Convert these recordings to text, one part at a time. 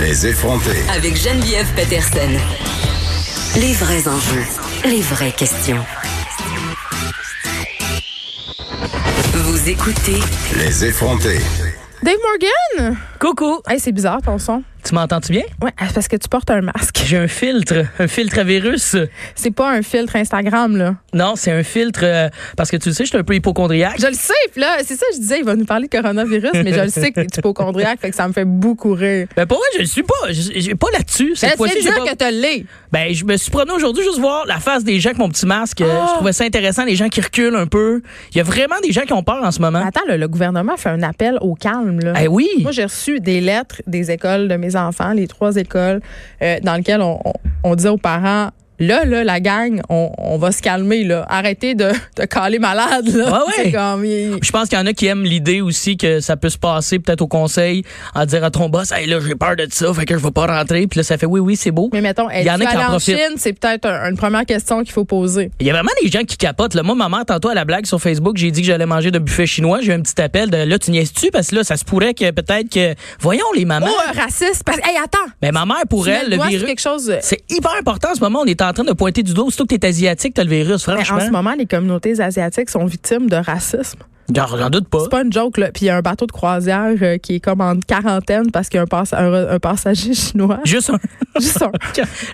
Les effronter. Avec Geneviève Peterson. Les vrais enjeux, les vraies questions. Vous écoutez Les effronter. Dave Morgan! Coucou! Hey, c'est bizarre ton son. Tu m'entends-tu bien? Ouais, ah, c'est parce que tu portes un masque. J'ai un filtre, un filtre à virus. C'est pas un filtre Instagram, là. Non, c'est un filtre euh, parce que tu le sais, je suis un peu hypochondriaque. Je le sais, puis là, c'est ça, je disais, il va nous parler de coronavirus, mais je le sais que t'es hypochondriaque, fait que ça me fait beaucoup rire. Ben pour moi, je le suis pas. Je- J'ai pas là-dessus. Cette Laisse fois-ci, le j'ai dire pas- Ben, que tu l'es. Ben, je me suis promené aujourd'hui juste voir la face des gens avec mon petit masque. Euh, Ah! Je trouvais ça intéressant, les gens qui reculent un peu. Il y a vraiment des gens qui ont peur en ce moment. Attends, là, le gouvernement fait un appel au calme, là. Eh oui! Ah, Moi, j'ai reçu des lettres des écoles de mes enfants, les trois écoles, euh, dans lesquelles on, on, on disait aux parents. Là, là, la gang, on, on va se calmer, là. Arrêtez de, de caler malade, là. Ah Ouais, ouais. C'est comme, il- Je pense qu'il y en a qui aiment l'idée aussi que ça peut se passer peut-être au conseil en dire à ton boss, hey, là, j'ai peur de ça, fait que je vais pas rentrer. Puis là, ça fait oui, oui, c'est beau. Mais mettons, Il y en a est-ce qui en en profitent. Chine? C'est peut-être un- une première question qu'il faut poser. Il y a vraiment des gens qui capotent. Là. Moi, maman, tantôt à la blague sur Facebook, j'ai dit que j'allais manger de buffet chinois. J'ai eu un petit appel de là, tu niaises-tu? Parce que là, ça se pourrait que peut-être que. Voyons les mamans. Oh, un raciste! Parce... Hey, attends! Mais ma mère, pour Tu mets le elle, le doigt sur virus. quelque chose. C'est hyper important en ce moment. On est en train de pointer du doigt. Surtout que t'es asiatique, t'as le virus, Mais franchement. en ce moment, les communautés asiatiques sont victimes de racisme. J'en j'en doute pas. C'est pas une joke, là. Puis il y a un bateau de croisière euh, qui est comme en quarantaine parce qu'il y a un, passe- un re- un passager chinois. Juste un. Juste un.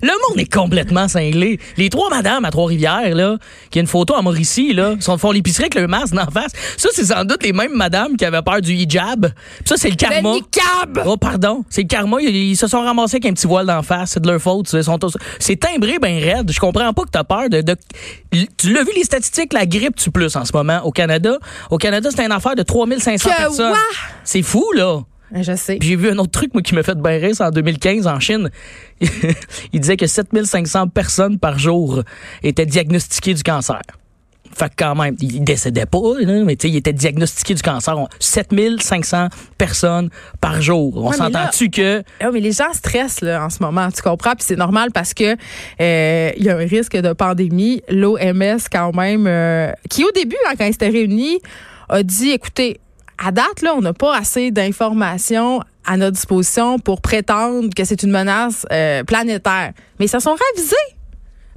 Le monde est complètement cinglé. Les trois madames à Trois-Rivières, là, qui a une photo à Mauricie, là, sont font l'épicerie avec le masque d'en face. Ça, c'est sans doute les mêmes madames qui avaient peur du hijab. Puis ça, c'est le Ben, karma. niqab! Oh, pardon. C'est le karma. Ils, ils se sont ramassés avec un petit voile d'en face. C'est de leur faute. Ils sont tous- C'est timbré ben raide. Je comprends pas que t'as peur de, de- Tu l'as vu, les statistiques, la grippe tue plus en ce moment au Canada. Au Canada, c'est une affaire de 3500 Que personnes. what? C'est fou, là. Je sais. Puis j'ai vu un autre truc, moi, qui m'a fait bien rire, c'est en 2015, en Chine. Il disait que 7500 personnes par jour étaient diagnostiquées du cancer. Fait que quand même, il décédait pas, là, mais tu sais, il était diagnostiqué du cancer. On- 7500 personnes par jour. On Ouais, mais là- s'entend-tu que... ben, Ah, mais les gens stressent là, en ce moment, tu comprends? Puis c'est normal parce que euh, il y a un risque de pandémie. L'OMS, quand même, euh, qui au début, là, quand ils s'étaient réunis, a dit écoutez, à date, là, on n'a pas assez d'informations à notre disposition pour prétendre que c'est une menace euh, planétaire. Mais ils se sont ravisés.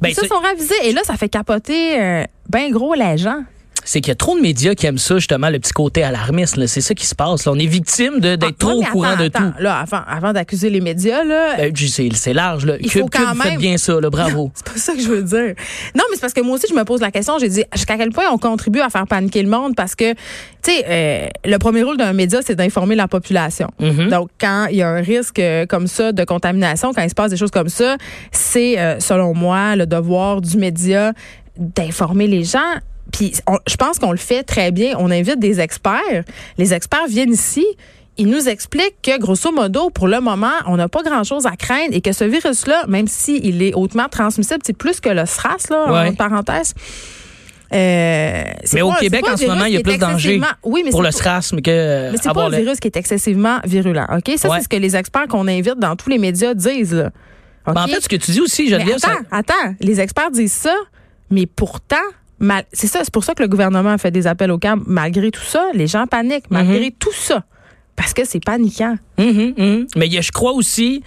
Ben, ils se c'est- sont ravisés. Et là, ça fait capoter euh, ben gros les gens. c'est qu'il y a trop de médias qui aiment ça, justement, le petit côté alarmiste. là. C'est ça qui se passe. là. On est victime de- d'être Ah, ouais, trop au mais courant attends, de attends. tout. Là, avant, avant d'accuser les médias, là, Ben, c'est c'est large. Là. Il Cube, faut quand Cube, vous faites même- bien ça. Là. Bravo. C'est pas ça que je veux dire. Non, mais c'est parce que moi aussi, je me pose la question. J'ai dit, jusqu'à quel point on contribue à faire paniquer le monde? Parce que, tu sais, euh, le premier rôle d'un média, c'est d'informer la population. Donc, quand il y a un risque euh, comme ça de contamination, quand il se passe des choses comme ça, c'est, euh, selon moi, le devoir du média d'informer les gens. Puis, on- je pense qu'on le fait très bien. On invite des experts. Les experts viennent ici. Ils nous expliquent que, grosso modo, pour le moment, on n'a pas grand-chose à craindre et que ce virus-là, même s'il est hautement transmissible, c'est plus que le SRAS, là, Ouais. entre parenthèses. euh, c'est Mais au pas- c'est Québec, pas un en ce virus moment, il y a qui est plus de danger excessivement- oui, mais pour c'est le pas- SRASM que mais c'est avoir pas un le- virus qui est excessivement virulent, OK? Ça, Ouais. c'est ce que les experts qu'on invite dans tous les médias disent, là. OK? Mais en fait, ce que tu dis aussi, Mais Geneviève, attends, ça- attends, les experts disent ça, mais pourtant, mal- c'est ça, c'est pour ça que le gouvernement a fait des appels au camp. Malgré tout ça, les gens paniquent, Mm-hmm. malgré tout ça, parce que c'est paniquant. Mhm, mhm. mais il y a- je crois aussi,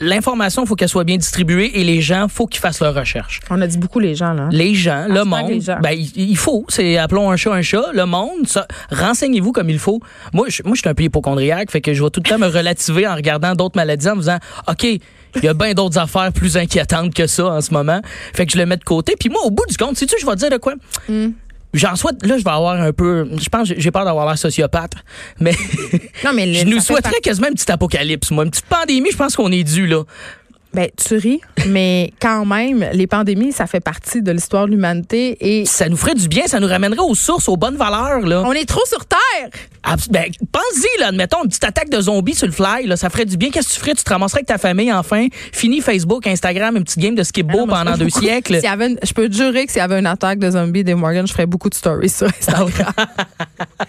l'information, faut qu'elle soit bien distribuée et les gens, faut qu'ils fassent leurs recherches. On a dit beaucoup les gens, là. Les gens, je le parle monde, des gens. ben, il il faut, c'est appelons un chat un chat, le monde, ça, renseignez-vous comme il faut. Moi, je, moi, je suis un peu hypochondriaque, fait que je vais tout le temps me relativer en regardant d'autres maladies en me disant, OK, il y a bien d'autres affaires plus inquiétantes que ça en ce moment, fait que je le mets de côté. Puis moi, au bout du compte, sais-tu, je vais te dire de quoi? J'en souhaite, là, je vais avoir un peu, je pense, que j'ai peur d'avoir l'air sociopathe, mais Non, mais le- je nous ça fait souhaiterais quasiment un petit apocalypse, moi, une petite pandémie, je pense qu'on est dû, là. Ben, tu ris, mais quand même, les pandémies, ça fait partie de l'histoire de l'humanité et Ça nous ferait du bien, ça nous ramènerait aux sources, aux bonnes valeurs. Là. on est trop sur Terre. Abs- Ben, pense-y, là, admettons, une petite attaque de zombies sur le fly, là, ça ferait du bien. Qu'est-ce que tu ferais? Tu te ramasserais avec ta famille, enfin. Fini Facebook, Instagram, une petite game de Ah skip beau pendant deux siècles. S'il y avait une- je peux te jurer que s'il y avait une attaque de zombies des Morgan, je ferais beaucoup de stories sur Instagram. Ah,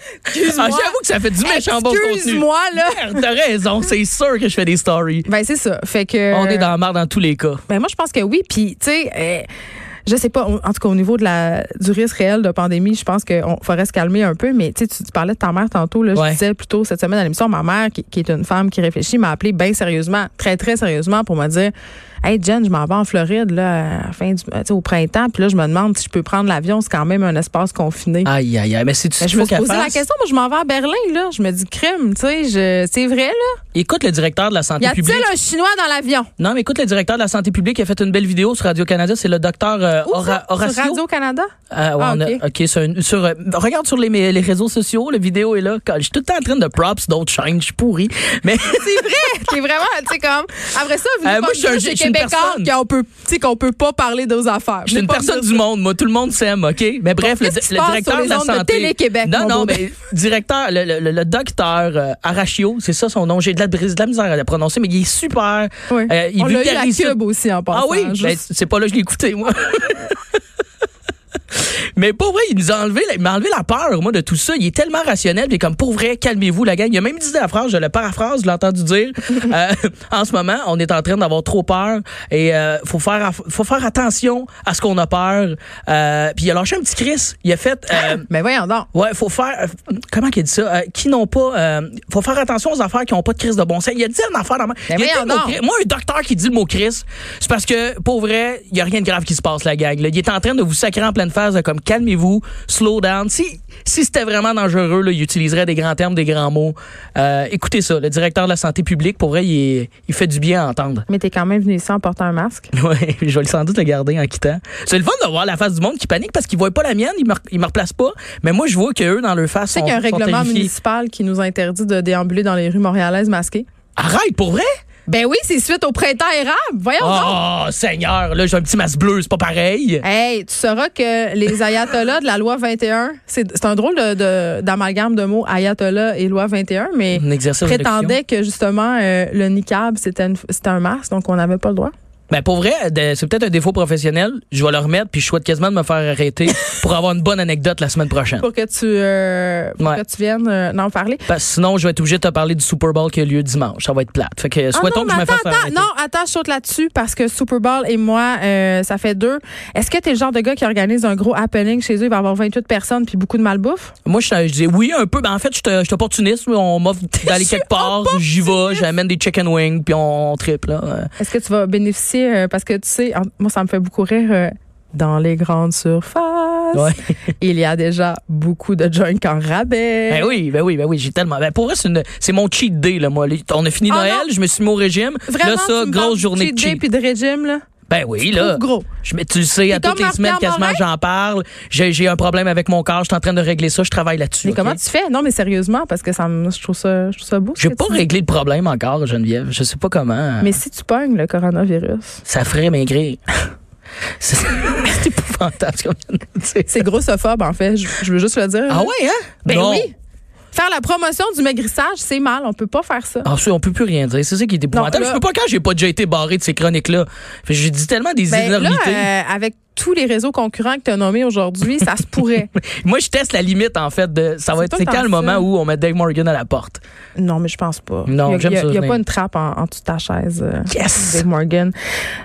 J'avoue que ça fait du méchant bon contenu. Excuse-moi, là. Merde, T'as raison, c'est sûr que je fais des stories. Ben, c'est ça. Fait que. On est dans la marre dans tous les cas. Ben moi, je pense que oui. Puis, tu sais, euh, je sais pas, on- en tout cas, au niveau de la, du risque réel de pandémie, je pense qu'on faudrait se calmer un peu. Mais tu sais, tu tu parlais de ta mère tantôt. Là, Ouais. Je disais plutôt cette semaine à l'émission, ma mère, qui, qui est une femme qui réfléchit, m'a appelé bien sérieusement, très, très sérieusement pour me dire Hey, Jen, je m'en vais en Floride là, à la fin du, tu sais, au printemps. Puis là, je me demande si je peux prendre l'avion. C'est quand même un espace confiné. Aïe, aïe, aïe. Mais si tu Ben, sais je me pas suis Ah, qu'elle posé la fasse, question, moi je m'en vais à Berlin, là. Je me dis crime, tu sais, je- c'est vrai, là. Écoute le directeur de la santé Y a-t-il publique. un Chinois dans l'avion? Non, mais écoute le directeur de la santé publique qui a fait une belle vidéo sur Radio-Canada. C'est le docteur euh, Où Ora- ça? Horacio. Sur Radio-Canada? Ah, ouais, Ah, on a- ok. ok, sur une- sur, euh, regarde sur les, mes- les réseaux sociaux, la vidéo est là. Je suis tout le temps en train de props d'autres chaînes, je suis pourri. Mais C'est vrai, t'es vraiment, tu sais, comme après ça, venez Euh, pas moi, me je suis un- dire je que suis une Québécois personne. qu'on peut, tu sais, qu'on peut pas parler de nos affaires. je suis Venez une pas me personne dire du monde, moi. Tout le monde s'aime, OK? Mais bref, le, qu'est-ce qui se le passe directeur sur les de la ondes de santé. Télé-Québec, non, mon non, beau mais directeur, le, le- le- le docteur euh, Arachio, c'est ça son nom. J'ai de la, brise- de la misère à le prononcer, mais il est super. ça. Ouais. euh, il On l'a eu à vulgarise ça. Cube aussi en passant. Ah oui, juste. Ben, c'est pas là que je l'ai écouté, moi. Mais pour vrai, il nous a enlevé, la- il m'a enlevé la peur, moi, de tout ça. Il est tellement rationnel, puis comme pour vrai, calmez-vous, la gang. Il a même dit la phrase, je le paraphrase, je l'ai entendu dire. Euh, en ce moment, on est en train d'avoir trop peur et euh, faut faire, aff- faut faire attention à ce qu'on a peur. Euh, puis il a lâché un petit Chris. Il a fait. euh, mais voyons donc. Ouais, faut faire. euh, comment qu'il dit ça? Euh, qui n'ont pas. euh, faut faire attention aux affaires qui n'ont pas de crise de bon sens. Il a dit une affaire dans ma- Mais Il a dit Ben voyons le mot donc. cri- Moi, un docteur qui dit le mot crise, c'est parce que, pour vrai, il n'y a rien de grave qui se passe, la gang. là. Il est en train de vous sacrer en pleine phase, de comme calmez-vous, slow down. Si, si c'était vraiment dangereux, là, il utiliserait des grands termes, des grands mots. Euh, écoutez ça, le directeur de la santé publique, pour vrai, il, est- il fait du bien à entendre. Mais t'es quand même venu ici en portant un masque. Ouais, je vais le- sans doute le garder en quittant. C'est le fun de voir la face du monde qui panique parce qu'ils voient pas la mienne, ils me, re- ils me replacent pas. Mais moi, je vois que eux dans leur face, Tu sais qu'il y a un sont- sont règlement terrifiés. municipal qui nous interdit de déambuler dans les rues montréalaises masquées. Arrête, pour vrai? Ben oui, c'est suite au printemps érable. Voyons donc. Oh, Seigneur, là, j'ai un petit masque bleu, c'est pas pareil. Hey, tu sauras que les ayatollahs de la loi 21, c'est c'est un drôle de- de- d'amalgame de, mots ayatollah et loi 21, mais Un exercice de prétendait que justement euh, le niqab c'était une- c'était un masque donc on n'avait pas le droit. Ben, pour vrai, de- c'est peut-être un défaut professionnel. Je vais le remettre, puis je souhaite quasiment de me faire arrêter pour avoir une bonne anecdote la semaine prochaine. Pour que tu euh, pour Ouais. que tu viennes euh, en parler. Parce que sinon, je vais être obligé de te parler du Super Bowl qui a lieu dimanche. Ça va être plate. Fait que Ah souhaitons non, que je mais me attends, fasse attends, arrêter. non, attends, je saute là-dessus parce que Super Bowl et moi, euh, ça fait deux. Est-ce que t'es le genre de gars qui organise un gros happening chez eux, il va y avoir 28 personnes puis beaucoup de malbouffe? Moi, je, je dis oui un peu. Ben, en fait, je suis- je suis opportuniste. On m'offre d'aller quelque part. J'y vais, j'amène des chicken wings, puis on, on triple. Là. Euh, Est-ce que tu vas bénéficier, euh, parce que tu sais, en- moi ça me fait beaucoup rire, euh, dans les grandes surfaces, Ouais. il y a déjà beaucoup de junk en rabais. Ben oui, ben oui, ben oui, j'ai tellement. Ben pour vrai, c'est, une- c'est mon cheat day, là, moi. Les- On a fini Ah Noël, non. je me suis mis au régime. Vraiment, là, ça, tu me parles grosse de journée cheat de day cheat. puis de régime, là? Ben oui, Je là. trouve gros. Je, me- tu le sais, à Puis toutes les comme semaines, Pierre quasiment, Morin. j'en parle. J'ai, j'ai un problème avec mon corps, je suis en train de régler ça, je travaille là-dessus. Mais ok? comment tu fais? Non, mais sérieusement, parce que ça, me- je, trouve ça, je trouve ça beau. ce J'ai que pas tu dis. réglé le problème encore, Geneviève. Je sais pas comment. Mais si tu pognes le coronavirus, Ça ferait maigrir. c'est, c'est épouvantable ce qu'on vient de dire. c'est grossophobe, en fait. Je, je veux juste le dire. Ah ouais, hein? Ben Non. oui. Faire la promotion du maigrissage, c'est mal. On peut pas faire ça. Ah, ça, on peut plus rien dire. C'est ça qui est épouvantable. là- Je peux pas quand j'ai pas déjà été barré de ces chroniques-là. Fait que J'ai dit tellement des Ben, là, énormités. euh, avec tous les réseaux concurrents que tu as nommés aujourd'hui, ça se pourrait. Moi, je teste la limite, en fait, de. Ça va C'est être. toi qui C'est quand le penses moment ça? où on met Dave Morgan à la porte? Non, mais je pense pas. Non, Il y a- j'aime il y a- ça, Il n'y Janine. a pas une trappe en, en dessous de ta chaise, euh, Yes! Dave Morgan.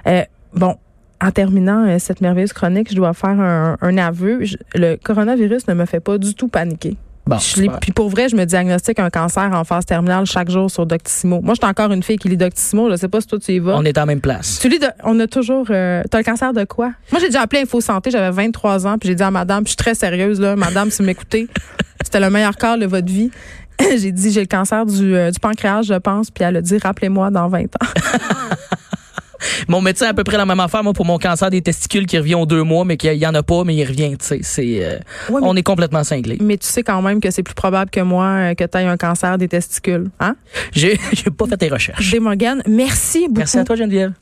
Euh, bon. En terminant euh, cette merveilleuse chronique, je dois faire un, un aveu. Je- le coronavirus ne me fait pas du tout paniquer. Bon, Je l'ai- super. puis pour vrai, je me diagnostique un cancer en phase terminale chaque jour sur Doctissimo. Moi, j'étais encore une fille qui lit Doctissimo. Je sais pas si toi tu y vas. on est en même place. Tu lis de- on a toujours. euh, T'as le cancer de quoi? Moi, j'ai déjà appelé Info Santé, j'avais 23 ans, puis j'ai dit à madame, puis je suis très sérieuse, là, madame, si vous m'écoutez, c'était le meilleur quart de votre vie. j'ai dit, j'ai le cancer du, euh, du pancréas, je pense, puis elle a dit, rappelez-moi dans 20 ans. Mon médecin a à peu près la même affaire, moi, pour mon cancer des testicules qui revient aux deux mois, mais qu'il y en a pas, mais il revient, tu sais. C'est, euh, Ouais, mais- on est complètement cinglés. Mais tu sais quand même que c'est plus probable que moi euh, que tu aies un cancer des testicules. Hein? J'ai, j'ai pas fait tes recherches. Jay Morgan, merci beaucoup. Merci à toi, Geneviève.